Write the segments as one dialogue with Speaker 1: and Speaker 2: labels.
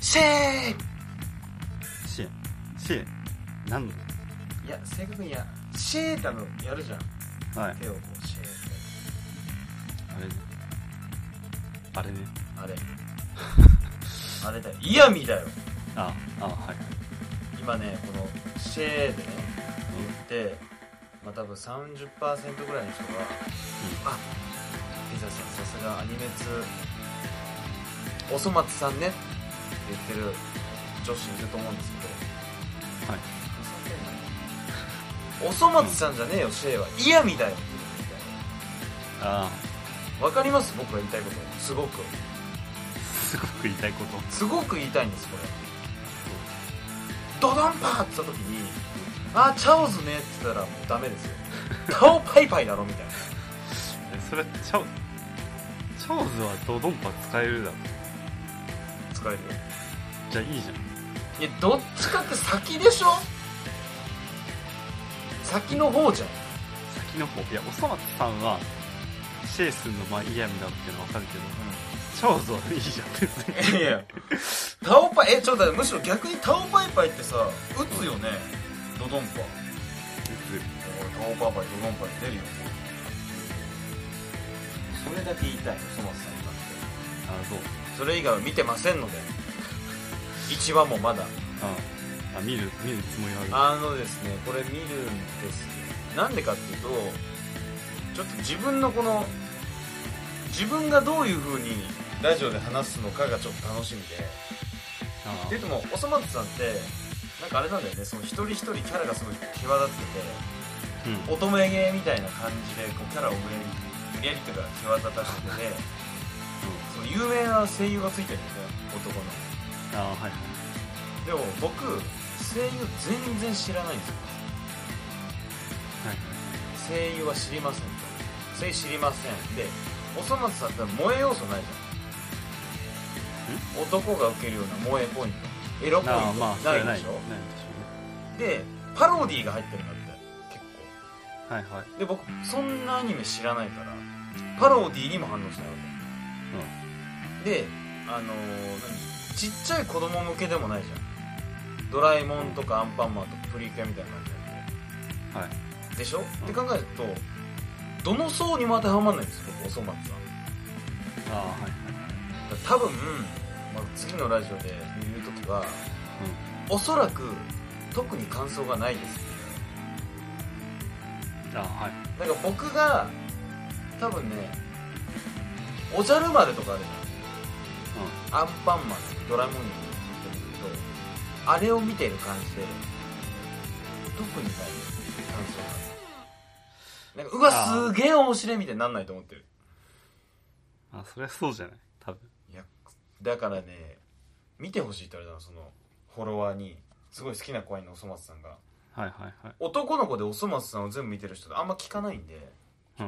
Speaker 1: シェ
Speaker 2: シェシェ何の
Speaker 1: ーいや正確にいやシェー多分やるじゃん
Speaker 2: はい
Speaker 1: 手をこうシェーって
Speaker 2: あれねあれね
Speaker 1: あ れあれだよイヤミだよ
Speaker 2: ああはい
Speaker 1: 今ねこのシェーでね言ってまあ多分30%ぐらいの人が、あピザさんさすがアニメ2おそ松さんねって言ってる女子いると思うんですけど
Speaker 2: はい
Speaker 1: ふざけんなよおそ松さんじゃねえよシェーは嫌みだよって言って
Speaker 2: あ
Speaker 1: たわかります僕が言いたいことすごく
Speaker 2: あすごく言いたいこと
Speaker 1: すごく言いたいんですこれドドンパーって言った時に「あーチャオズね」って言ったらもうダメ ですよ顔パイパイだろみたいな
Speaker 2: えそれチャオチャオズはドドンパ使えるだろ
Speaker 1: 使えるよ
Speaker 2: じゃあいいじゃん
Speaker 1: いやどっちかって先でしょ先の方じゃん
Speaker 2: 先の方いやおそ松さんはシェイスンのまあ嫌味だっていうのは分かるけどチャオズはいいじゃん別に
Speaker 1: いやいやタオパイえちょっと待ってむしろ逆にタオパイパイってさ打つよねドドンパ俺タオパイパイドドンパイ出るよそれだけ言いたいそもそも
Speaker 2: あそう
Speaker 1: それ以外は見てませんので1話もまだ
Speaker 2: ああ見る見るつもりはある
Speaker 1: あのですねこれ見るんですけどなんでかっていうとちょっと自分のこの自分がどういう風にラジオで話すのかがちょっと楽しみで
Speaker 2: あ
Speaker 1: っていうともおそ松さんってなんかあれなんだよねその一人一人キャラがすごい際立って
Speaker 2: うん
Speaker 1: て乙女芸みたいな感じでこうキャラを無理やり無理やりというか際立たせててその有名な声優がついてるんだよね男の
Speaker 2: ああはいはい
Speaker 1: でも僕声優全然知らないんですよ
Speaker 2: はい
Speaker 1: 声優は知りませんと声優知りませんでおそ松さんって萌え要素ないじゃん男が受けるような萌えポイントエロポイン
Speaker 2: ああまあ
Speaker 1: ト
Speaker 2: それ
Speaker 1: な
Speaker 2: ないい
Speaker 1: でし
Speaker 2: ない
Speaker 1: ょ
Speaker 2: でしょ
Speaker 1: でパロディーが入ってるんだって結
Speaker 2: うねはいはい
Speaker 1: 構で僕そんなアニメ知らないからパロディーにも反応しないわけであのー何ちっちゃい子供向けでもないじゃんドラえもんとかアンパンマンとかプリキュアみたいな感じなんで
Speaker 2: うんはい
Speaker 1: でしょって考えるとどの層にも当てはまんないんですよ僕おそ松さん
Speaker 2: ああはい
Speaker 1: だから多分、まあ、次のラジオで言う時はおそらく特に感想がないです
Speaker 2: うんああはい
Speaker 1: なんか僕が多分ねおじゃる丸とかあるじゃんアンパンマンドラえもんにも言ってるけどあれを見てる感じで特にない感想がなんかうわすげえ面白いみたいになんないと思ってる
Speaker 2: うんあそれはそうじゃない多分
Speaker 1: いやだからね見てほしいって言われたのそのフォロワーにすごい好きな子がいるのおそ松さんが
Speaker 2: はいはいはい
Speaker 1: 男の子でおそ松さんを全部見てる人ってあんま聞かないんで、
Speaker 2: うんはい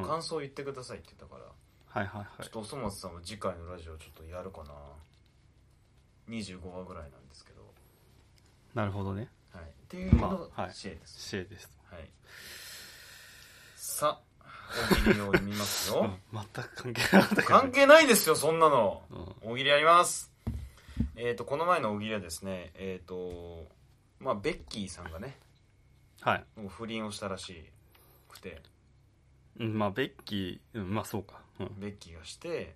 Speaker 1: 感想言ってくださいって言ったから、
Speaker 2: はいは
Speaker 1: ちょ
Speaker 2: い
Speaker 1: っとおそ松さんは次回のラジオちょっとやるかな25話ぐらいなんですけど、
Speaker 2: なるほどね
Speaker 1: はい、っていうの
Speaker 2: まあ
Speaker 1: が
Speaker 2: はい
Speaker 1: 知恵です、
Speaker 2: シェイです
Speaker 1: はいさあ大喜利を見ます
Speaker 2: う
Speaker 1: よ
Speaker 2: ん全く関係なかったけど
Speaker 1: 関係ないですよそんなの
Speaker 2: うん
Speaker 1: 大喜利やりますえっ、とこの前の大喜利はですねえっ、とまあベッキーさんがね
Speaker 2: はい
Speaker 1: もう不倫をしたらしくて
Speaker 2: うんまあベッキーうんまあそうかうん
Speaker 1: ベッキーがして、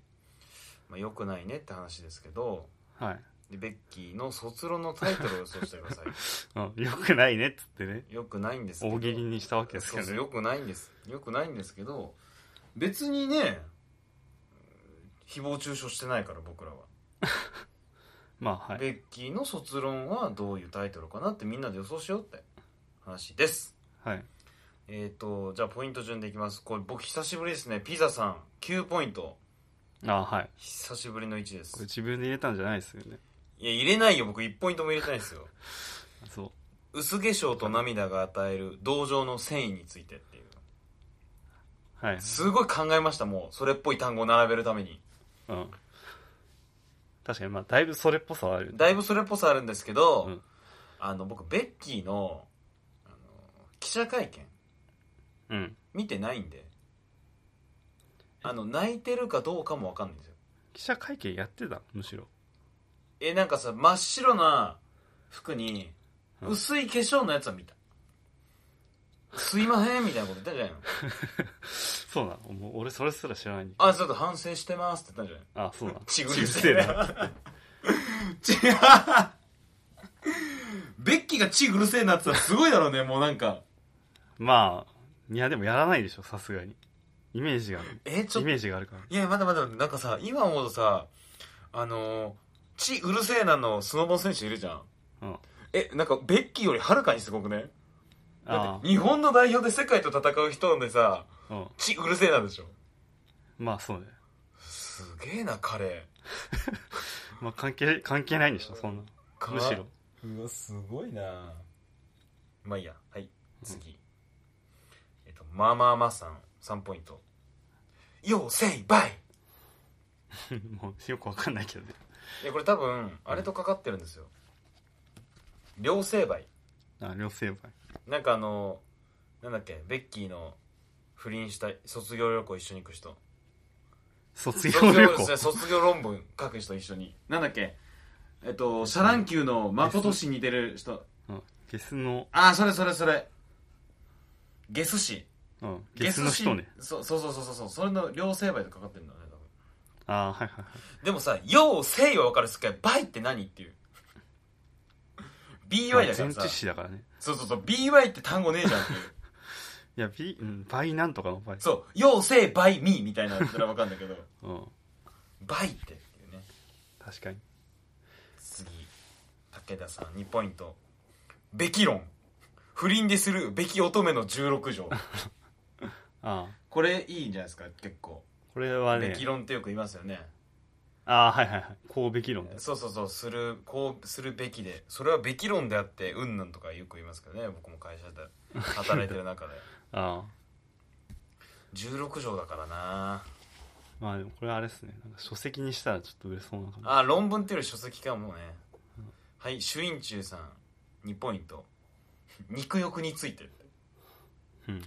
Speaker 1: まあ、良くないねって話ですけど
Speaker 2: はい
Speaker 1: でベッキーの卒論のタイトルを予想してください
Speaker 2: うんよくないねっつってね
Speaker 1: 良くないんですけど
Speaker 2: 大喜利にしたわけです
Speaker 1: そ
Speaker 2: け
Speaker 1: う
Speaker 2: ど
Speaker 1: そう
Speaker 2: ね
Speaker 1: 良くないんです良くないんですけど別にねうん誹謗中傷してないから僕らは、
Speaker 2: まあはい
Speaker 1: ベッキーの卒論はどういうタイトルかなってみんなで予想しようって話です
Speaker 2: はい
Speaker 1: えっ、とじゃあポイント順でいきますこれ僕久しぶりですねピザさん9ポイント
Speaker 2: ああはい
Speaker 1: 久しぶりの1です
Speaker 2: これ自分で入れたんじゃないですよね
Speaker 1: いや、入れないよ、僕1ポイントも入れたいんですよ。
Speaker 2: そう
Speaker 1: 薄化粧と涙が与える同情の繊維についてっていう。
Speaker 2: はい
Speaker 1: すごい考えました、もう。それっぽい単語を並べるために。
Speaker 2: うん確かにまあだいぶそれっぽさはある
Speaker 1: だいぶそれっぽさあるんですけど、
Speaker 2: うん
Speaker 1: あの、僕、ベッキーの、あの、記者会見、
Speaker 2: うん
Speaker 1: 見てないんで、あの、泣いてるかどうかもわかんないんですよ。
Speaker 2: 記者会見やってたむしろ
Speaker 1: えなんかさ真っ白な服に
Speaker 2: うん
Speaker 1: 薄い化粧のやつは見た、すいませんみたいなこと言ったんじゃないの
Speaker 2: そうなのもう俺それすら知らないんだ
Speaker 1: あちょっと反省してますって言ったんじゃない
Speaker 2: けどあそうなの
Speaker 1: ちぐ
Speaker 2: う
Speaker 1: り
Speaker 2: る
Speaker 1: し
Speaker 2: せ
Speaker 1: て
Speaker 2: え
Speaker 1: ね
Speaker 2: な
Speaker 1: 違う ベッキーがチグルせえなってたらすごいだろうねもうなんか
Speaker 2: まあいやでもやらないでしょさすがにイメージがある
Speaker 1: えちょっと
Speaker 2: イメージがあるから
Speaker 1: いやまだまだなんかさ今思うとさあのーチうるせえなのスノボ選手いるじゃん
Speaker 2: うん
Speaker 1: えなんかベッキーよりはるかにすごくねだっ
Speaker 2: あ
Speaker 1: て日本の代表で世界と戦う人でさ
Speaker 2: あうん
Speaker 1: チうるせえなんでしょ
Speaker 2: まあそうね
Speaker 1: すげえな彼
Speaker 2: まあ関係関係ないんでしょそんな
Speaker 1: か
Speaker 2: むしろ
Speaker 1: うわすごいなまあいいやはい次、えっとまあまあまあさん3ポイント「ようせいばい!
Speaker 2: もうよくわかんないけどね」
Speaker 1: いやこれ多分あれとかかってるんですよ両成敗
Speaker 2: あ両成敗
Speaker 1: なんかあのなんだっけベッキーの不倫した卒業旅行一緒に行く人
Speaker 2: 卒業旅
Speaker 1: 卒
Speaker 2: 行
Speaker 1: 卒業論文書く人一緒になんだっけえっとシャラン級の誠氏に似てる人
Speaker 2: うんゲスの
Speaker 1: ああそれそれそれゲス氏
Speaker 2: うんゲスの人ね
Speaker 1: ゲス氏そうそうそうそうそうそれの両成敗でかかってるんだね多分
Speaker 2: ああはいはいはい
Speaker 1: でもさ「ようせい」は分かるっすけど「ばい」って何っていう
Speaker 2: まあ
Speaker 1: BY だか
Speaker 2: 前
Speaker 1: らさ
Speaker 2: 置詞だからね
Speaker 1: そうそうそう BY って単語ねえじゃんっていう
Speaker 2: いや、ビ、うん、倍なんとかの倍。
Speaker 1: そう「ようせいばいみ」みたいなのは分かるんだけど
Speaker 2: う。ん。
Speaker 1: 「ばい」ってっていうね
Speaker 2: 確かに。
Speaker 1: 次武田さん2ポイント「べき論」不倫でするべき乙女の16条
Speaker 2: ああ。
Speaker 1: これいいんじゃないですか結構
Speaker 2: これは
Speaker 1: べ
Speaker 2: ね
Speaker 1: き、論ってよく言いますよね
Speaker 2: ああ、はいはいはい。こうべき論です。
Speaker 1: そうそうそうするこうするべきでそれはべき論であってうんぬんとかよく言いますけどね僕も会社で働いてる中で
Speaker 2: ああ。
Speaker 1: 16条だからな
Speaker 2: まあでもこれあれですね。なんか書籍にしたらちょっと売れそうな感じ。
Speaker 1: あ論文っていうより書籍かもねはい朱印中さん2ポイント肉欲について
Speaker 2: うん。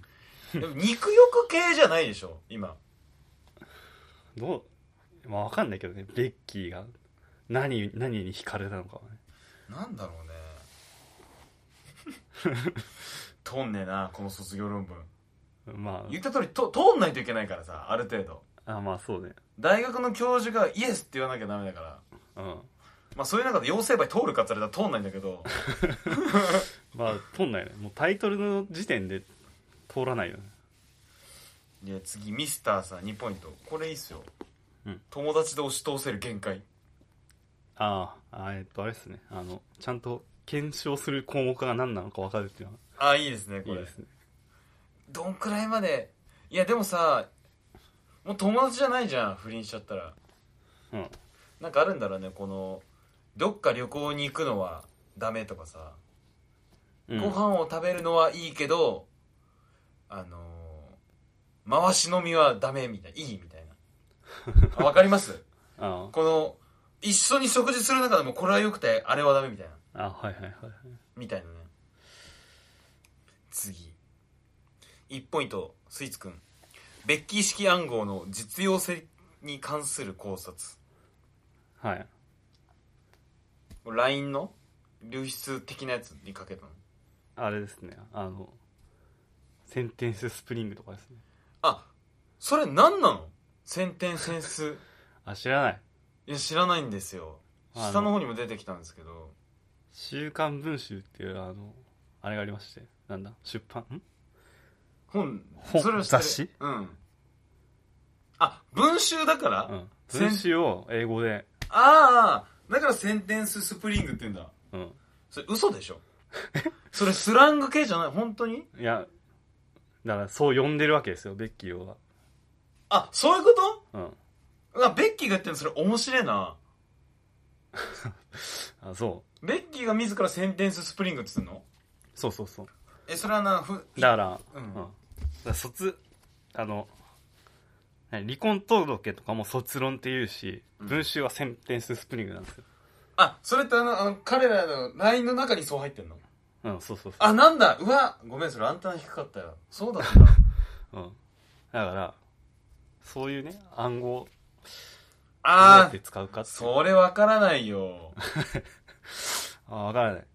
Speaker 1: でも肉欲系じゃないでしょ今
Speaker 2: どう、まあわかんないけどね。ベッキーが何、何に惹かれたのかはね。
Speaker 1: なんだろうね通んねえなこの卒業論文
Speaker 2: ま
Speaker 1: 言った通りと通んないといけないからさある程度
Speaker 2: あ、あまあそうね。
Speaker 1: 大学の教授がイエスって言わなきゃダメだから
Speaker 2: うん。
Speaker 1: まあそういう中で妖精梅通るかって言われたら通んないんだけ ど
Speaker 2: まあ、取んないね。もうタイトルの時点で通らないよね。
Speaker 1: いや次ミスターさん2ポイントこれいいっすよ、
Speaker 2: うん
Speaker 1: 友達で押し通せる限界
Speaker 2: ああ、あえっと、あれですね。あの、ちゃんと検証する項目が何なのかわかるっていうの
Speaker 1: ああいいですねこ
Speaker 2: は
Speaker 1: れ
Speaker 2: いいですね。
Speaker 1: どんくらいまでいやでもさもう友達じゃないじゃん不倫しちゃったら
Speaker 2: うん。
Speaker 1: なんかあるんだろうねこのどっか旅行に行くのはダメとかさ、
Speaker 2: うん
Speaker 1: ご飯を食べるのはいいけどあのー回し飲みはダメみたいないいみたいな あわかります
Speaker 2: あ
Speaker 1: この一緒に食事する中でもこれは良くてあれはダメみたいな
Speaker 2: あ、あはいはいはいはい。
Speaker 1: みたいなね次1ポイントスイーツくんベッキー式暗号の実用性に関する考察
Speaker 2: はい。
Speaker 1: LINE の流出的なやつにかけたの
Speaker 2: あれですね。あの、センテンススプリングとかですね。
Speaker 1: あそれ何なの先天センス
Speaker 2: あ、知らない。
Speaker 1: いや知らないんですよ
Speaker 2: あの
Speaker 1: 下の方にも出てきたんですけど
Speaker 2: 週刊文集っていう、あの、あれがありまして。なんだ出版ん
Speaker 1: 本
Speaker 2: 本
Speaker 1: それを知ってる
Speaker 2: 雑誌
Speaker 1: うんあ文集だから、
Speaker 2: うん。
Speaker 1: せん
Speaker 2: 文集を英語で、
Speaker 1: ああ、だからセンテンススプリングって言うんだ。
Speaker 2: うん。
Speaker 1: それ嘘でしょそれスラング系じゃない本当に
Speaker 2: いや、だからそう呼んでるわけですよ、ベッキーをは。
Speaker 1: あ、そういうこ
Speaker 2: うん。
Speaker 1: とあ、ベッキーが言ってるのそれ面白いな。
Speaker 2: あ、そう。
Speaker 1: ベッキーが自らセンテンススプリングって言ってんの
Speaker 2: そうそうそう。
Speaker 1: え、それはな、ふ、
Speaker 2: だから、
Speaker 1: うん
Speaker 2: だから卒、あの、何離婚届とかも卒論って言うし、
Speaker 1: うん
Speaker 2: 文集はセンテンススプリングなんですよ。
Speaker 1: あ、それってあの、あの彼らの LINE の中にそう入ってんの
Speaker 2: うん、そうそうそう。
Speaker 1: あ、なんだうわごめん、それアンテナ低かったよ。そうだった んだ。
Speaker 2: うん、だからそういうね暗号どうや
Speaker 1: あ
Speaker 2: って使うかっ
Speaker 1: あ、
Speaker 2: ていう
Speaker 1: それわからない よ。
Speaker 2: ああ分からない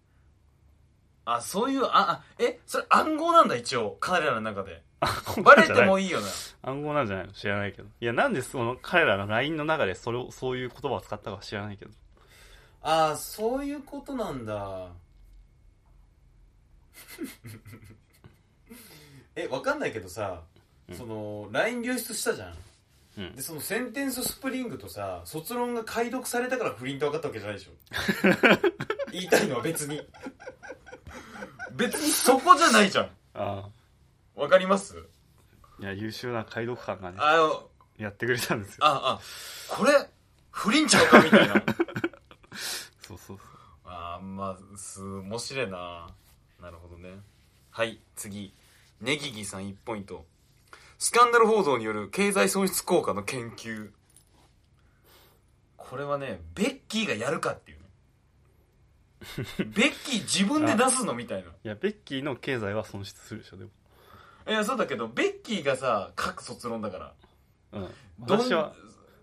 Speaker 1: あ、そういう、あ、あえ、それ暗号なんだ、一応。彼らの中で。 バレても
Speaker 2: いい
Speaker 1: いい よな。
Speaker 2: 暗号なんじゃないの知らないけどいやなんでその彼らの LINE の中でそれをそういう言葉を使ったか知らないけど
Speaker 1: ああ、そういうことなんだ。 え、わかんないけどさ、
Speaker 2: うん
Speaker 1: その、LINE 流出したじゃん。
Speaker 2: うん
Speaker 1: で、そのセンテンススプリングとさ、卒論が解読されたからプリント分かったわけじゃ ないでしょ。言いたいのは別に。別にそこじゃないじゃん。
Speaker 2: あ
Speaker 1: わかります
Speaker 2: あいや優秀な解読官がね
Speaker 1: あの、
Speaker 2: やってくれたんですよ
Speaker 1: あ、あ、これ、不倫ちゃうかみたいな。
Speaker 2: そうそうそう
Speaker 1: あーまあす面白いななるほどねはい次ネギギさん1ポイントスキャンダル報道による経済損失効果の研究これはねベッキーがやるかって いうねベッキー自分で出すのみたいない
Speaker 2: やベッキーの経済は損失するでしょでも
Speaker 1: いやそうだけどベッキーがさ書く卒論だから
Speaker 2: うん
Speaker 1: どん
Speaker 2: 私は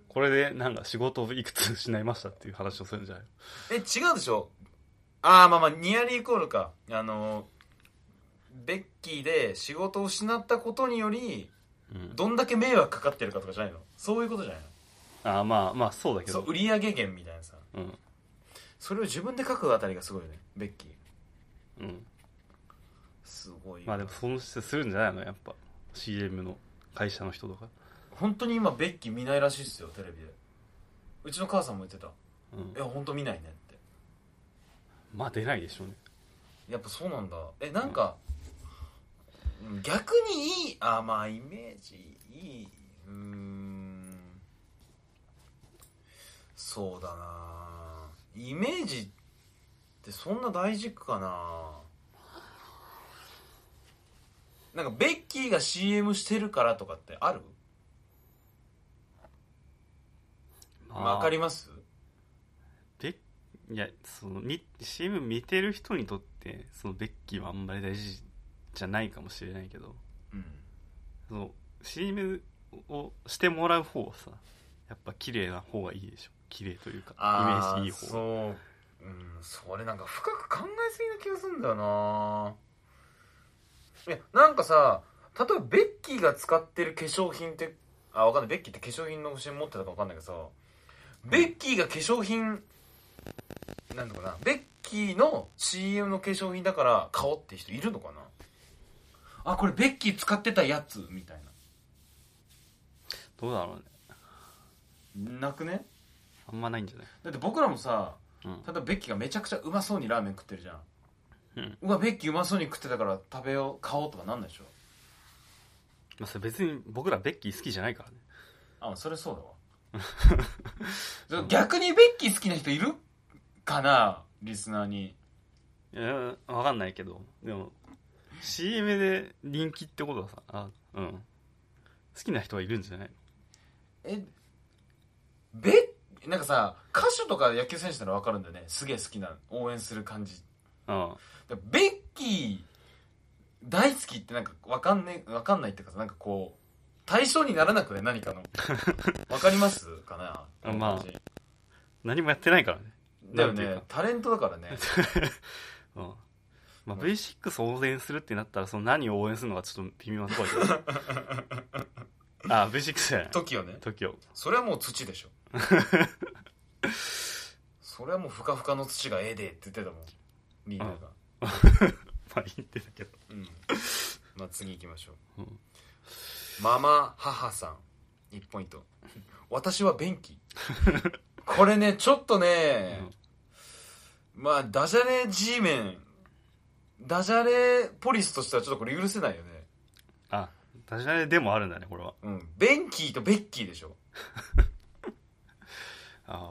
Speaker 2: これでなんか仕事をいくつ失いましたっていう話をするんじゃない
Speaker 1: え違うでしょああまあまあニアリーイコールかあのーベッキーで仕事を失ったことにより
Speaker 2: の、うん、
Speaker 1: どんだけ迷惑かかってるかとかじゃないのそういうことじゃない
Speaker 2: ああまあまあそうだけ
Speaker 1: の
Speaker 2: ど
Speaker 1: そう売上減みたいなさ
Speaker 2: うん
Speaker 1: それを自分で書くあたりがすごいよねベッキー
Speaker 2: うん
Speaker 1: すごいよ
Speaker 2: まあでも損失するんじゃないのやっぱ CM の会社の人とか
Speaker 1: 本当に今ベッキー見ないらしいっすよテレビでうちの母さんも言ってた
Speaker 2: うん
Speaker 1: いや本当見ないねって
Speaker 2: まあ出ないでしょうね
Speaker 1: やっぱそうなんだえなんか、うん逆にいいあまあイメージいいうーんそうだなイメージってそんな大事かななんかベッキーが CM してるからとかってあるわかります
Speaker 2: ベッいやそのみ CM 見てる人にとってそのベッキーはあんまり大事じゃないかもしれないけど
Speaker 1: うん
Speaker 2: その CM をしてもらう方はさやっぱ綺麗な方がいいでしょ綺麗というかイメージいい
Speaker 1: そ
Speaker 2: 方
Speaker 1: ううんそれなんか深く考えすぎな気がするんだよないやなんかさ例えばベッキーが使ってる化粧品ってあわかんないベッキーって化粧品の CM 持ってたかわかんないけどさベッキーが化粧品なんだかなベッキーの CM の化粧品だから買おうって人いるのかなあこれベッキー使ってたやつみたい
Speaker 2: どうだろうね
Speaker 1: ななくね
Speaker 2: あんまないんじゃない
Speaker 1: だって僕らもさ
Speaker 2: うん
Speaker 1: 例えばベッキーがめちゃくちゃうまそうにラーメン食ってるじゃん
Speaker 2: うん
Speaker 1: うわベッキーうまそうに食ってたから食べよう買おうとかなんないでしょ
Speaker 2: まあ、それ別に僕らベッキー好きじゃないからね
Speaker 1: あそれそうだ わそう逆にベッキー好きな人いるかなリスナーに
Speaker 2: いや分かんないけどでも CM で人気ってことはさあうん好きな人はいるんじゃない
Speaker 1: えベッなんかさ歌手とか野球選手なら分かるんだよねすげえ好きな応援する感じ
Speaker 2: の
Speaker 1: でベッキー大好きってなんか分かん,、ね、わかんないっていうかさなんかこう対象にならなくね何か の分かりますかな
Speaker 2: あまあうん何もやってないからね
Speaker 1: だよ
Speaker 2: なんていう
Speaker 1: ね
Speaker 2: か
Speaker 1: タレントだからね
Speaker 2: うんまあ、V6 を応援するってなったらその何を応援するのかちょっと微妙なところだけどあ V6 じゃない
Speaker 1: TOKIO ね
Speaker 2: TOKIO
Speaker 1: それはもう土で しょそれはもうふかふかの土がええでって言ってたもんリーダーが
Speaker 2: まあ言ってたけど
Speaker 1: うんまあ次行きましょう、
Speaker 2: うん
Speaker 1: ママ母さん1ポイント私は便器これねちょっとね、まあダジャレ G メンダジャレポリスとしてはちょっとこれ許せないよね
Speaker 2: あダジャレでもあるんだねこれは
Speaker 1: うん便器とベッキーでしょ
Speaker 2: あ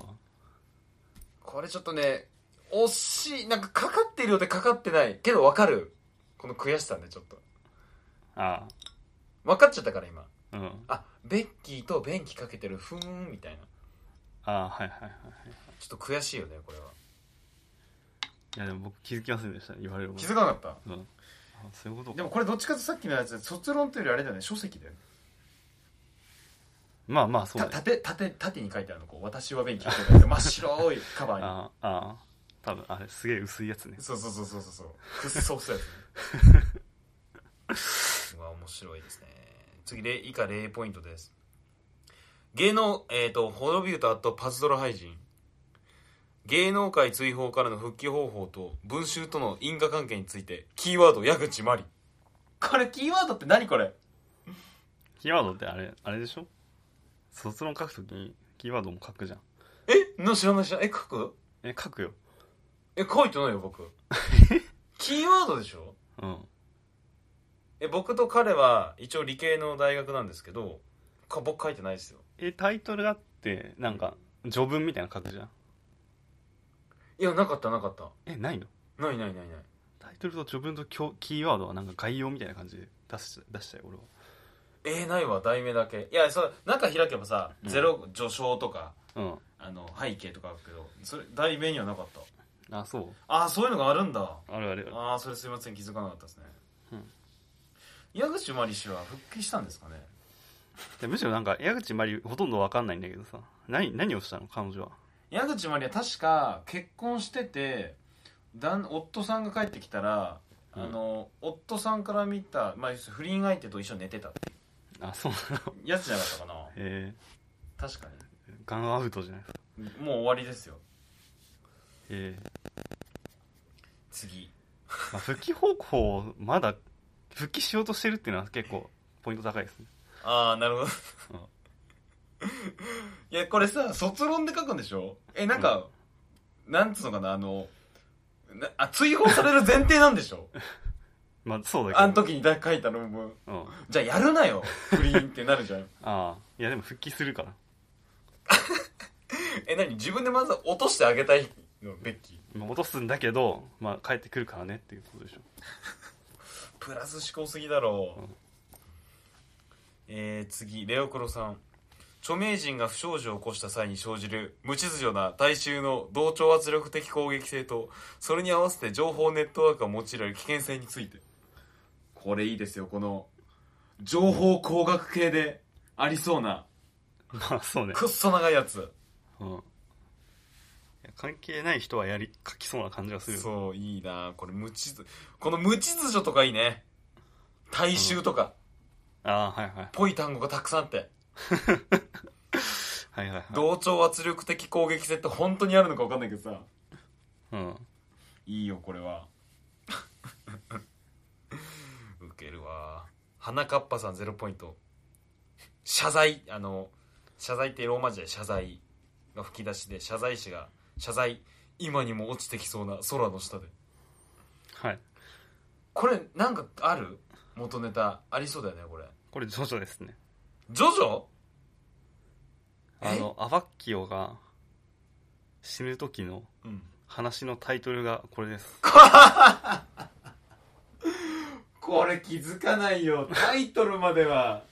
Speaker 1: これちょっとね惜しいなんかかかってるようでかかってないけどわかるこの悔しさねちょっと
Speaker 2: ああ
Speaker 1: 分かっちゃったから今
Speaker 2: あうん
Speaker 1: あベッキーと便器かけてるふーんみたいな
Speaker 2: ああはいはいはい
Speaker 1: ちょっと悔しいよねこれはい
Speaker 2: やでも僕気づきませんでした言われるも
Speaker 1: 気づかなかった
Speaker 2: うん、あそういうこと
Speaker 1: で
Speaker 2: か
Speaker 1: もこれどっちかとさっきのやつ卒論というよりあれだよね書籍だよね
Speaker 2: まあまあそう
Speaker 1: た
Speaker 2: だね
Speaker 1: 縦縦縦に書いてあるのこう私は勉強してる真っ白いカバーに
Speaker 2: あーあー多分あれすげえ薄いやつね
Speaker 1: そうそうそうそうそうそうくっそ薄いやつねうわ面白いですね次れ以下0ポイントです芸能えっ、と滅び歌とパズドラ廃人芸能界追放からの復帰方法と文集との因果関係についてキーワード矢口真理これキーワードって何これ
Speaker 2: キーワードってあれあれでしょ卒論書くときにキーワードも書くじゃん
Speaker 1: えな知らない知らないえ書く
Speaker 2: え書くよ
Speaker 1: え書いてないよ 僕キーワードでしょ
Speaker 2: うん
Speaker 1: え僕と彼は一応理系の大学なんですけどか僕書いてないですよ
Speaker 2: えタイトルだってなんか序文みたいなの書くじゃん
Speaker 1: いやなかったなかった
Speaker 2: えないの
Speaker 1: ないないないない
Speaker 2: タイトルと序文とキョキーワードはなんか概要みたいな感じで出し出したよ俺は
Speaker 1: えー、ないわ題名だけいやそれ中開けばさ「
Speaker 2: うん
Speaker 1: ゼロ序章」とか
Speaker 2: うん
Speaker 1: あの背景とかあるけどそれ題名にはなかった
Speaker 2: あそう
Speaker 1: ああそういうのがあるんだ
Speaker 2: あるあるある
Speaker 1: ああそれすいません気づかなかったですね、
Speaker 2: うん
Speaker 1: 矢口真理氏は復帰したんですかね
Speaker 2: でむしろなんか矢口真理ほとんどわかんないんだけどさ何何をしたの彼女は
Speaker 1: 矢口真理は確か結婚しててだん夫さんが帰ってきたら、
Speaker 2: うん
Speaker 1: あの夫さんから見た、まあ、要するに不倫相手と一緒に寝てたって
Speaker 2: あそうなの
Speaker 1: やつじゃなかったかな
Speaker 2: え
Speaker 1: 確か
Speaker 2: ー、ガンアウトじゃないですか
Speaker 1: にもう終わりですよ
Speaker 2: えー
Speaker 1: 次
Speaker 2: まあ、復帰方向をまだ復帰しようとしてるっていうのは結構ポイント高いですね
Speaker 1: ああなるほど
Speaker 2: うん
Speaker 1: いやこれさ卒論で書くんでしょえなんか、なんつうのかなあのなあ追放される前提なんでし ょ
Speaker 2: まあそうだけど
Speaker 1: あの時にだ書いた論文
Speaker 2: うんあ
Speaker 1: じゃあやるなよ不倫ってなるじゃん
Speaker 2: あいやでも復帰するから
Speaker 1: え何自分でまず落としてあげたいのベッキー
Speaker 2: まあ落とすんだけど、まあ、帰ってくるからねっていうことでしょ
Speaker 1: プラス思考すぎだろう、
Speaker 2: うん
Speaker 1: えー、次レオクロさん著名人が不祥事を起こした際に生じる無秩序な大衆の同調圧力的攻撃性とそれに合わせて情報ネットワークが用いられる危険性についてこれいいですよこの情報工学系でありそうな
Speaker 2: まあそうね、
Speaker 1: くっそ長いやつ
Speaker 2: うん、いや関係ない人はやり書きそうな感じがするよ
Speaker 1: そういいなこれ無秩序この無秩序とかいいね大衆とか、
Speaker 2: ああはいはい
Speaker 1: ぽい単語がたくさんあって
Speaker 2: はいはいはい
Speaker 1: 同調圧力的攻撃性って本当にあるのか分かんないけどさ
Speaker 2: うん
Speaker 1: いいよこれ はウケるわ花かっぱさんゼロポイント謝罪あの謝罪ってローマ字で謝罪が吹き出しで謝罪師が謝罪今にも落ちてきそうな空の下で
Speaker 2: はい
Speaker 1: これなんかある元ネタありそうだよねこれ
Speaker 2: これジョジョですね
Speaker 1: ジョジョ
Speaker 2: あのアバッキオが死ぬ時の
Speaker 1: うん
Speaker 2: 話のタイトルがこれです
Speaker 1: これ気づかないよタイトルまでは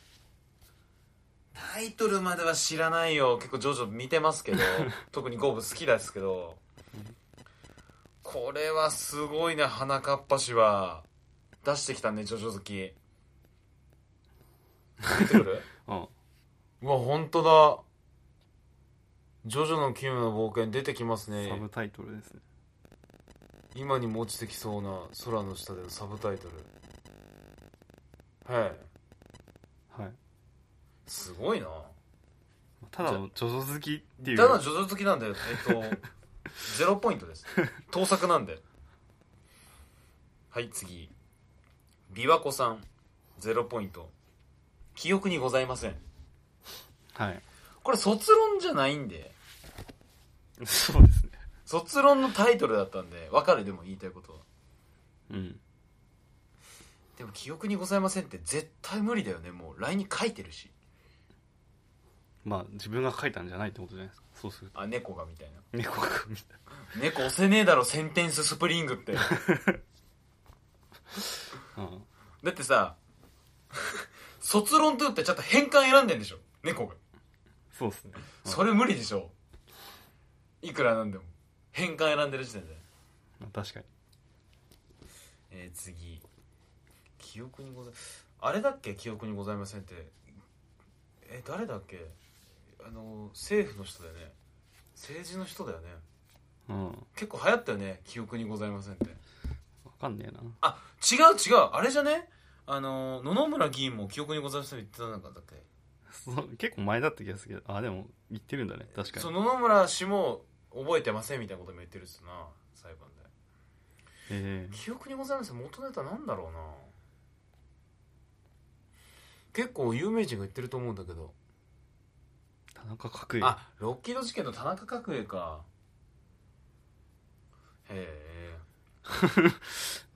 Speaker 1: タイトルまでは知らないよ結構ジョジョ見てます けど特にゴーブ好きですけどこれはすごいね花かっぱ氏は出してきたねジョジョ好き出てく る
Speaker 2: うん
Speaker 1: うわ本当だジョジョの奇妙な冒険出てきますね
Speaker 2: サブタイトルですね
Speaker 1: 今にも落ちてきそうな空の下でのサブタイトルはい
Speaker 2: はい
Speaker 1: すごいな
Speaker 2: ただのジョジョ好きっていう
Speaker 1: ただジョジョ好きなんでえっと ゼロポイントです盗作なんではい次琵琶湖さんゼロポイント記憶にございません
Speaker 2: はい
Speaker 1: これ卒論じゃないんで
Speaker 2: そうですね
Speaker 1: 卒論のタイトルだったんでわかるでも言いたいことは
Speaker 2: うん
Speaker 1: でも記憶にございませんって絶対無理だよねもう LINE に書いてるし
Speaker 2: まあ自分が書いたんじゃないってことじゃないですかそうすると
Speaker 1: あ猫がみたいな
Speaker 2: 猫がみたい
Speaker 1: 猫押せねえだろセンテンススプリングって
Speaker 2: なうん
Speaker 1: だってさ 卒論と言ってちょっと変換選んでんでしょ猫が
Speaker 2: そうですね
Speaker 1: それ無理でしょいくらなんでも変換選んでる時点で、
Speaker 2: まあ確かに
Speaker 1: えー次記憶にござあれだっけ記憶にございませんってえ誰だっけあの政府の人だよね政治の人だよね
Speaker 2: うんわ
Speaker 1: 結構流行ったよね記憶にございませんって
Speaker 2: かんねえな
Speaker 1: あ違う違うあれじゃねあの野々村議員も記憶にございませんって言ってたんだったっけ
Speaker 2: そう結構前だった気がするけどあでも言ってるんだね確かに
Speaker 1: そう野々村氏も覚えてませんみたいなことも言ってるっすな裁判で
Speaker 2: ええ
Speaker 1: 記憶にございません元ネタなんだろうな結構有名人が言ってると思うんだけど
Speaker 2: 田中角栄
Speaker 1: あロッキード事件の田中角栄かへえ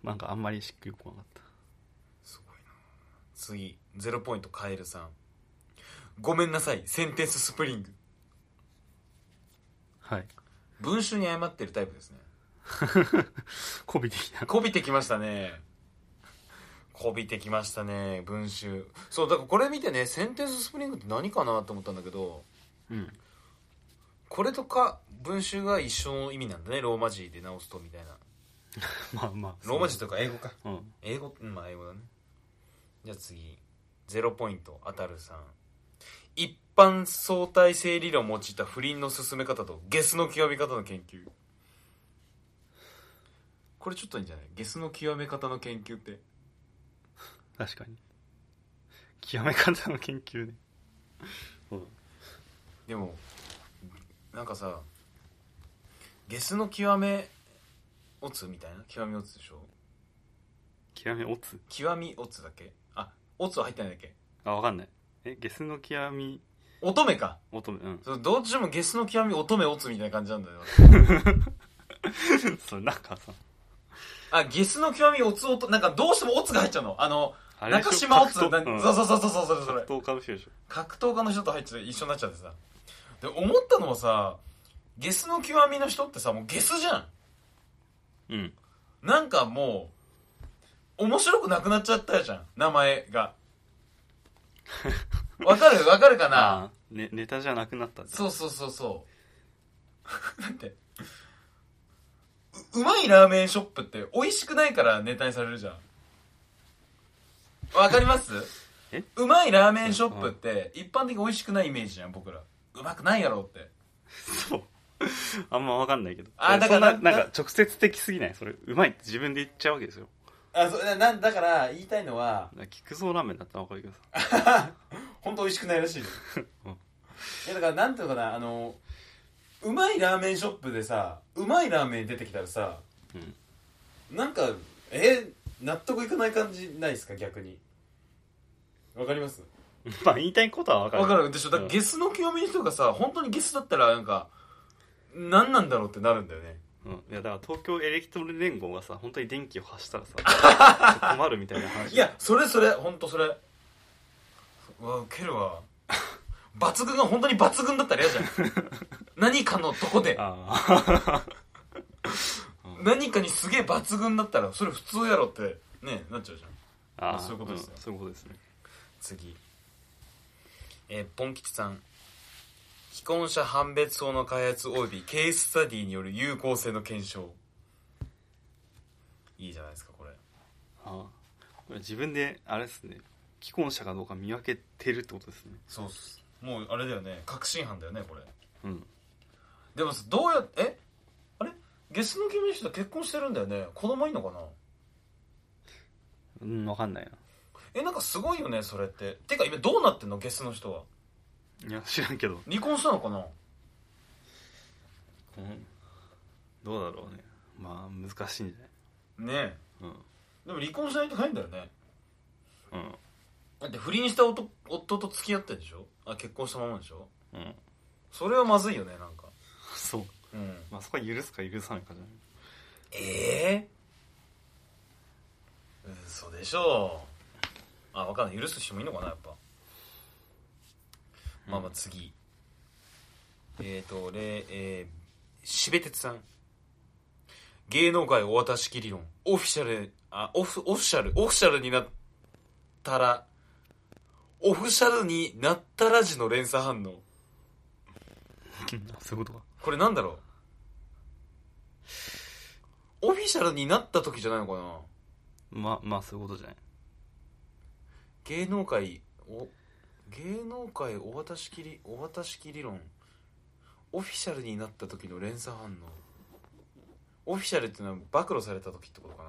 Speaker 2: なんかあんまりしっくりこなかった
Speaker 1: すごいな次ゼロポイントカエルさんごめんなさいセンテンススプリング
Speaker 2: はい
Speaker 1: 文集に謝ってるタイプですね
Speaker 2: こびてきた
Speaker 1: こびてきましたねこびてきましたね文集そうだからこれ見てねセンテンススプリングって何かなと思ったんだけど
Speaker 2: うん
Speaker 1: これとか文集が一緒の意味なんだねローマ字で直すとみたいな
Speaker 2: まあまあ
Speaker 1: ローマ字とか英語か
Speaker 2: うん
Speaker 1: 英語うんまあ英語だねじゃあ次ゼロポイント当たるさん一般相対性理論を用いた不倫の進め方とゲスの極め方の研究これちょっといいんじゃないゲスの極め方の研究って
Speaker 2: 確かに極め方の研究ねうん
Speaker 1: でもなんかさゲスの極めオツみたいな極みオツでしょ
Speaker 2: 極めオツ
Speaker 1: 極みオツだっけあオツは入ってないんだっけ
Speaker 2: あわかんないえゲスの極み
Speaker 1: 乙女か
Speaker 2: 乙女うん
Speaker 1: そうどっちもゲスの極み乙女オツみたいな感じなんだよ
Speaker 2: そうなんかさ
Speaker 1: あ、ゲスの極み、オツオト、なんかどうしてもオツが入っちゃうの。あの、
Speaker 2: あれでしょ
Speaker 1: 中島オツ、
Speaker 2: 格
Speaker 1: な
Speaker 2: 闘
Speaker 1: ん
Speaker 2: うん
Speaker 1: そうそうそうそうそう、それそれ
Speaker 2: 格。闘家の人でしょ
Speaker 1: 格闘家の人と入っちゃって一緒になっちゃってさ。で、思ったのはさ、ゲスの極みの人ってさ、もうゲスじゃん。
Speaker 2: うん
Speaker 1: なんかもう、面白くなくなっちゃったじゃん。名前 が。わかるわかるかな
Speaker 2: あーねネタじゃなくなったって
Speaker 1: そうそうそうそう。 だって、ううまいラーメンショップって美味しくないからネタにされるじゃん。わかります
Speaker 2: え
Speaker 1: うまいラーメンショップって一般的に美味しくないイメージじゃん、僕ら。うまくないやろって。
Speaker 2: そう。 あんまわかんないけど。
Speaker 1: あ
Speaker 2: え
Speaker 1: だから
Speaker 2: そんな、なんか直接的すぎないそれ、うまいって自分で言っちゃうわけですよ。
Speaker 1: あそなだから言いたいのは、
Speaker 2: だから菊蔵ラーメンだったらわかるけどさ。
Speaker 1: 本当美味しくないらしいよ
Speaker 2: うん
Speaker 1: いやだからなんていうのかなあのうまいラーメンショップでさうまいラーメン出てきたらさ、なんかえ納得いかない感じないですか逆にわかります
Speaker 2: まあ言いたいことはわかる。
Speaker 1: わかるでしょだから
Speaker 2: うん
Speaker 1: ゲスの極みの人がさ本当にゲスだったらなんか何なんだろうってなるんだよね
Speaker 2: うん。いや、だから東京エレキトル連合がさ、本当に電気を発したらさ、 困るみたいな話。
Speaker 1: いやそれそれ本当それうわウケる わ抜群が本当に抜群だったら嫌じゃん何かのとこで
Speaker 2: あ
Speaker 1: 何かにすげえ抜群だったらそれ普通やろってねなっちゃうじゃん
Speaker 2: ーあー。
Speaker 1: そういうことですよ
Speaker 2: んそういうことですね。
Speaker 1: 次えー、ポン吉さん既婚者判別法の開発およびケーススタディによる有効性の検証いいじゃないですかこれ
Speaker 2: あーこれ自分で、あれですね、既婚者かどうか見分けてるってことですね。
Speaker 1: そうっすもうあれだよね確信犯だよねこれ
Speaker 2: うん。
Speaker 1: でもさどうやってえあれゲスの君の人と結婚してるんだよね子供いんのかな
Speaker 2: うん、わかんないな。
Speaker 1: えなんかすごいよねそれっててか今どうなってんのゲスの人はい
Speaker 2: や、知らんけど。
Speaker 1: 離婚したのかな
Speaker 2: うんどうだろうね。まあ、難しいんじゃない
Speaker 1: ね
Speaker 2: うん。
Speaker 1: えでも離婚しないとないんだよね
Speaker 2: うん。
Speaker 1: だって不倫した夫夫と付き合ってんでしょあ結婚したままでしょ
Speaker 2: うん。
Speaker 1: それはまずいよねなんか
Speaker 2: そう。
Speaker 1: うん
Speaker 2: まあそこは許すか許さないかじゃない
Speaker 1: ええ嘘でしょあ分かんない許す人もいいのかなやっぱ、まあまあ次えっ、ー、とれえー、しべてつさん芸能界お渡しき理論オフィシャルあオフオフィシャルオフィシャルになったらオフィシャルになったらじの連鎖反応
Speaker 2: そういうことか。
Speaker 1: これなんだろうオフィシャルになった時じゃないのかな
Speaker 2: まあまあそういうことじゃない。
Speaker 1: 芸能界お芸能界お渡しきりお渡しき理論オフィシャルになった時の連鎖反応オフィシャルっていうのは暴露された時ってことか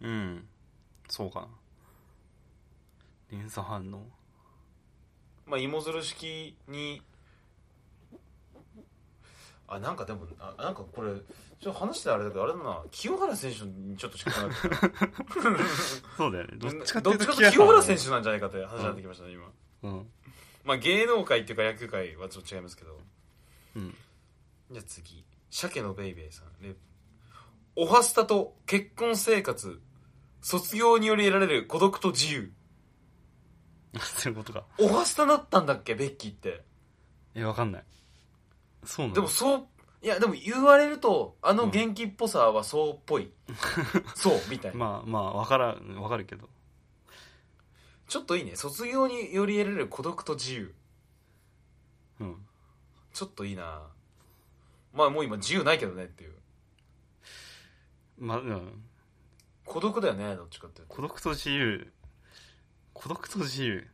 Speaker 1: な
Speaker 2: うんそうかな連鎖反応
Speaker 1: まあ芋づる式にあなんかでもあなんかこれちょっと話してあれだけどあれだな清原選手にちょっと近くなってきた
Speaker 2: そうだよね どっちかって
Speaker 1: ど
Speaker 2: い
Speaker 1: っ
Speaker 2: う
Speaker 1: ちか
Speaker 2: と
Speaker 1: というと清原選手なんじゃないかという話になってきましたね、今
Speaker 2: 手うん
Speaker 1: まあ芸能界っていうか野球界はちょっと違いますけど
Speaker 2: うん
Speaker 1: じゃあ次鮭のベイベーさんレおはスタと結婚生活卒業により得られる孤独と自由
Speaker 2: そういうことか
Speaker 1: おはスタだったんだっけベッキーって
Speaker 2: えわかんないそうなの
Speaker 1: でもそういやでも言われるとあの元気っぽさはそうっ ぽい、そうみたいな、
Speaker 2: まあまあわからんわかるけど
Speaker 1: ちょっといいね卒業により得られる孤独と自由
Speaker 2: うん
Speaker 1: ちょっといいなまあもう今自由ないけどねっていう
Speaker 2: まあ、うん、
Speaker 1: 孤独だよねどっちかっていうと
Speaker 2: 孤独と自由孤独と自由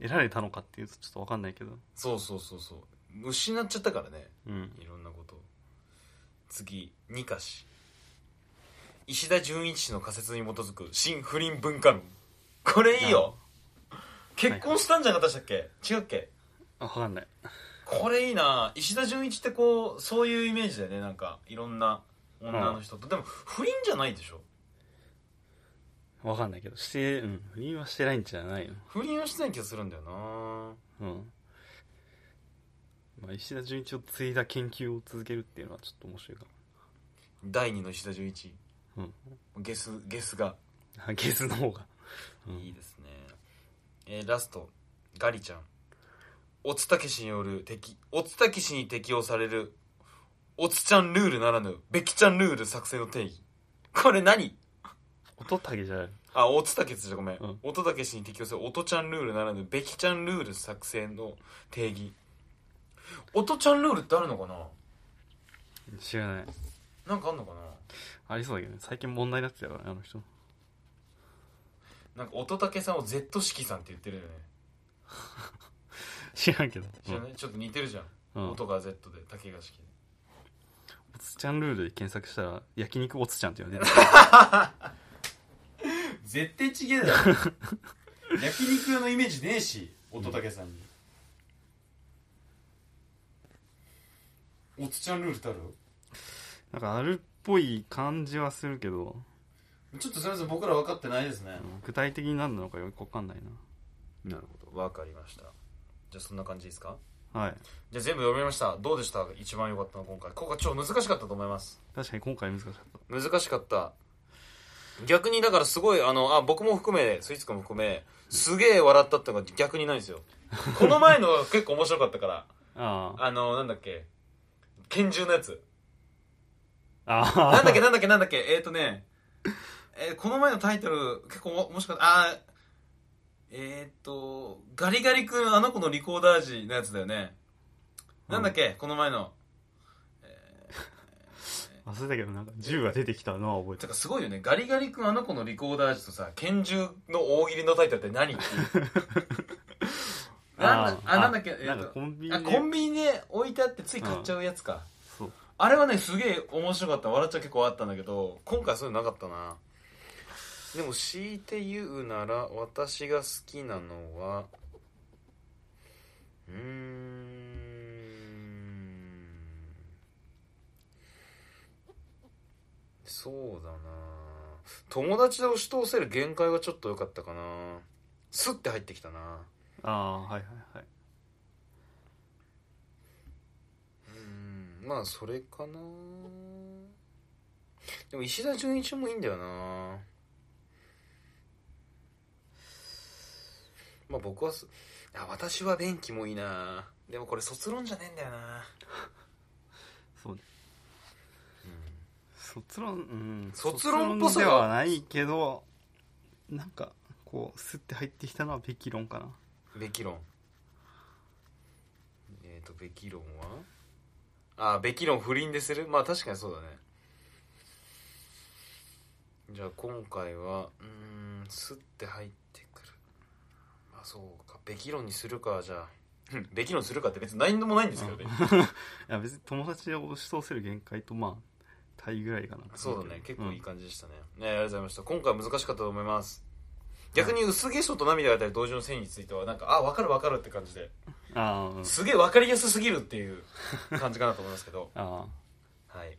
Speaker 2: 得られたのかっていうとちょっとわかんないけど
Speaker 1: そうそうそうそう失っちゃったからね
Speaker 2: うん
Speaker 1: いろんなことを次二かし石田純一氏の仮説に基づく新不倫文化論これいいよ結婚したんじゃなかったでしたっけ違うっけ
Speaker 2: あわかんない
Speaker 1: これいいな石田純一ってこうそういうイメージだよねなんかいろんな女の人と、でも不倫じゃないでしょ
Speaker 2: わかんないけどしてうん不倫はしてないんじゃないの
Speaker 1: 不倫はしてない気がするんだよな
Speaker 2: うんまあ石田純一を継いだ研究を続けるっていうのはちょっと面白いか
Speaker 1: 第二の石田純一
Speaker 2: も
Speaker 1: ゲスゲスが
Speaker 2: うんゲスの方が、うん
Speaker 1: いいですね、えーラストガリちゃんオツたけしによる敵オツたけしに適用されるオツちゃんルールならぬべきちゃんルール作成の定義これ何
Speaker 2: 音だけじゃない
Speaker 1: あオツたけしごめん、
Speaker 2: うん
Speaker 1: 音たけしに適用する音ちゃんルールならぬべきちゃんルール作成の定義音ちゃんルールってあるのかな
Speaker 2: 知らない
Speaker 1: なんかあんのかな
Speaker 2: ありそうだけどね最近問題になってたからねあの人
Speaker 1: なんか音たけさんを Z 式さんって言ってるよね
Speaker 2: 知らんけど
Speaker 1: 知らない、ちょっと似てるじゃん、
Speaker 2: うん、うん、
Speaker 1: 音が Z で竹が式で
Speaker 2: おつちゃんルールで検索したら焼肉おつちゃんっていう のが出て
Speaker 1: 絶対ちげえだろ 焼肉屋のイメージねえし乙武さんに、おつちゃんルールってある
Speaker 2: くるなんかあるっぽい感じはするけど、
Speaker 1: ちょっとすみません僕ら分かってないですね
Speaker 2: うん具体的に何なのかよくわかんないななるほ
Speaker 1: 分かりましたじゃあそんな感じですか
Speaker 2: どはい
Speaker 1: じゃあ全部読みましたどうでした一番良かったの今回今回超難しかったと思います
Speaker 2: 確かに今回難しかった
Speaker 1: 難しかった逆にだからすごいあのあ僕も含めスイーツ君も含めすげえ笑ったってのが逆にないん ですよこの前のが結構面白かったから
Speaker 2: あ
Speaker 1: あのなんだっけ拳銃のやつ
Speaker 2: あああ
Speaker 1: なんだっけなんだっけなんだっけえっ、ー、とね、えーこの前のタイトル結構ももしかしたあーえっ、ー、と、ガリガリ君あの子のリコーダー時のやつだよね。なんだっけ、この前の。
Speaker 2: 忘れたけどなんか銃が出てきたのは覚え
Speaker 1: て
Speaker 2: て
Speaker 1: かすごいよね、ガリガリ君あの子のリコーダー時とさ、拳銃の大喜利のタイトルって何っていう
Speaker 2: る
Speaker 1: なんだ
Speaker 2: あ
Speaker 1: あ、なんだっけ、え
Speaker 2: なん
Speaker 1: ー
Speaker 2: か
Speaker 1: と
Speaker 2: コンビニ
Speaker 1: あ
Speaker 2: で
Speaker 1: コンビニで置いてあってつい買っちゃうやつか。
Speaker 2: そう
Speaker 1: あれはね、すげえ面白かった。笑っちゃう結構あったんだけど、今回そういうのなかったな。でも、強いて言うなら、私が好きなのは、うーん。そうだな友達で押し通せる限界はちょっと良かったかなスッて入ってきたな
Speaker 2: ああはいはいはい
Speaker 1: うんまあそれかなでも石田純一もいいんだよなまあ僕はすあ私は便器もいいなでもこれ卒論じゃねえんだよな、
Speaker 2: そうね卒論うん
Speaker 1: 卒論っぽさ
Speaker 2: 卒で
Speaker 1: が
Speaker 2: はないけどなんかこうスッて入ってきたのはべき論かな
Speaker 1: べき論えっ、ー、とべき論はあべき論不倫でするまあ確かにそうだねじゃあ今回はうーんスッて入ってくるそうかべき論にするかじゃあ
Speaker 3: べきのするかって別に何でもないんですけどね、
Speaker 2: いや別に友達を押し通せる限界とまあタイぐらいかな
Speaker 1: そうだね結構いい
Speaker 2: うん
Speaker 1: 感じでしたね、ねありがとうございました今回は難しかったと思います逆に薄化粧と涙があたり同時の線についてはなんかあ分かる分かるって感じで
Speaker 2: あーうん
Speaker 1: すげえ分かりやすすぎるっていう感じかなと思いますけど
Speaker 2: あ
Speaker 1: はい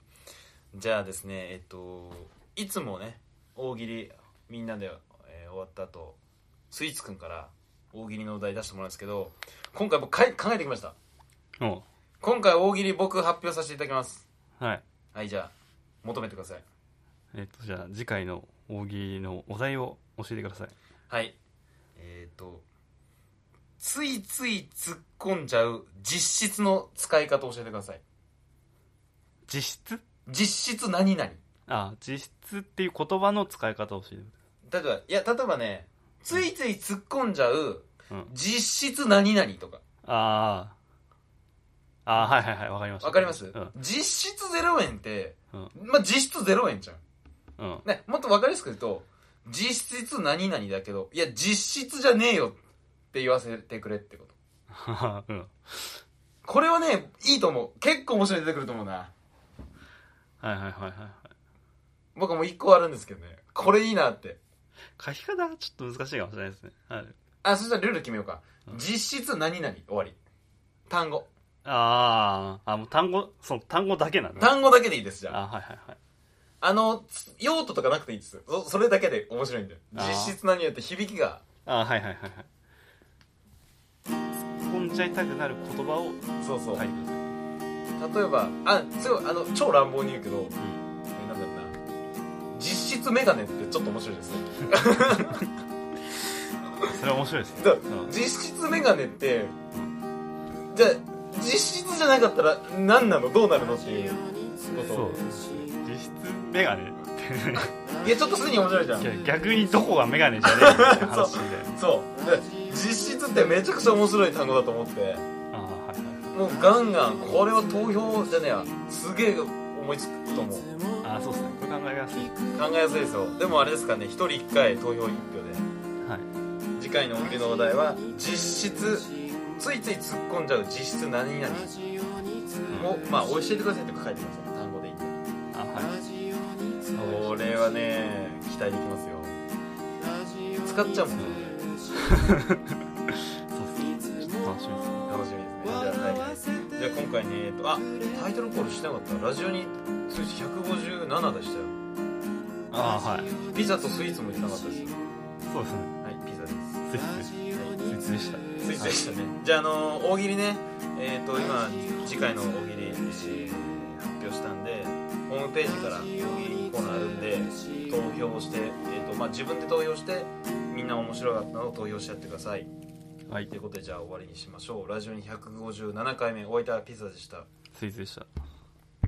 Speaker 1: じゃあですねえっといつもね大喜利みんなで、えー終わった後スイーツくんから大喜利のお題出してもらうんですけど今回僕かい考えてきました
Speaker 2: ーお
Speaker 1: 今回大喜利僕発表させていただきます
Speaker 2: うはい
Speaker 1: はいじゃあ求めてください
Speaker 2: えっとじゃあ次回の大喜利のお題を教えてください
Speaker 1: はいえっ、とついつい突っ込んじゃう実質の使い方を教えてください
Speaker 2: 実質
Speaker 1: 実質何々
Speaker 2: あー実質っていう言葉の使い方を教えて
Speaker 1: 例えばいや例えばねついつい突っ込んじゃう
Speaker 2: うん
Speaker 1: 実質何々とか
Speaker 2: ああああはいはいはいわかりました
Speaker 1: わかります、
Speaker 2: うん
Speaker 1: 実質0円って、
Speaker 2: うん
Speaker 1: まあ、実質0円じゃん、
Speaker 2: うん
Speaker 1: ね、もっとわかりやすく言うと実質何々だけどいや実質じゃねえよって言わせてくれってこと
Speaker 2: うん
Speaker 1: これはねいいと思う結構面白いの出てくると思うな
Speaker 2: はいはいはいはいはい
Speaker 1: 僕はもう1個あるんですけどねこれいいなって
Speaker 2: 書き方がちょっと難しいかもしれないですねはい
Speaker 1: あそしたらルール決めようか、
Speaker 2: うん
Speaker 1: 実質何々終わり単語
Speaker 2: あーあもう単語その単語だけなんだ
Speaker 1: 単語だけでいいですじゃあ
Speaker 2: あはいはいはい
Speaker 1: あの、つ用途とかなくていいです。そそれだけで面白いんだよ。
Speaker 2: あー
Speaker 1: 実質何やって響きが、
Speaker 2: あはいはいはいはい突っ込んじゃいたくなる言葉を
Speaker 1: そうそう。
Speaker 2: 書いてください、
Speaker 1: 例えば、あ、すごい、あの、超乱暴に言うけど、
Speaker 2: うん、
Speaker 1: えなんだろうな。実質メガネってちょっと面白いですね。
Speaker 2: それは面白いですね
Speaker 1: だ
Speaker 2: うん
Speaker 1: 実質メガネって、じゃあ実質じゃなかったら何なのどうなるのっていうこと
Speaker 2: そう実質メガ ネっ
Speaker 1: いや、ちょっとすでに面白いじゃん
Speaker 2: て。いや逆にどこがメガネじゃねえみたいな話 で
Speaker 1: そう。で実質ってめちゃくちゃ面白い単語だと思って、
Speaker 2: あーはいはい
Speaker 1: もうガンガン、これは投票じゃねえや。すげえ思いつくと思う。
Speaker 2: あーそうですねこれ考えやすい
Speaker 1: 考えやすいですよでもあれですかね一人一回投票一票で
Speaker 2: はい
Speaker 1: 次回の音源のお題は実質ついつい突っ込んじゃう実質何々をまあ教えてくださいって書いてください単語でいいんで
Speaker 2: あはい
Speaker 1: これはね期待できますよ使っちゃ うもんね楽しみですねじゃあはい
Speaker 2: そうですねちょっと楽しみですね
Speaker 1: じゃあ今回ねえっとあタイトルコールしてなかったラジオに数字157でしたよ
Speaker 2: あーはい
Speaker 1: ピザとスイーツも言ってなかったですよ
Speaker 2: そうですね
Speaker 1: はいピザです
Speaker 2: スイッチスイッチでした
Speaker 1: スイスでしたねじゃあ、あの大喜利ねえっ、と今次回の大喜利、えー発表したんでホームページから大喜利コーナーあるんで投票して、えーとまあ、自分で投票してみんな面白かったのを投票しちゃってください
Speaker 2: はい
Speaker 1: ということでじゃあ終わりにしましょうラジオに157回目お相手はピザでした
Speaker 2: スイーツでした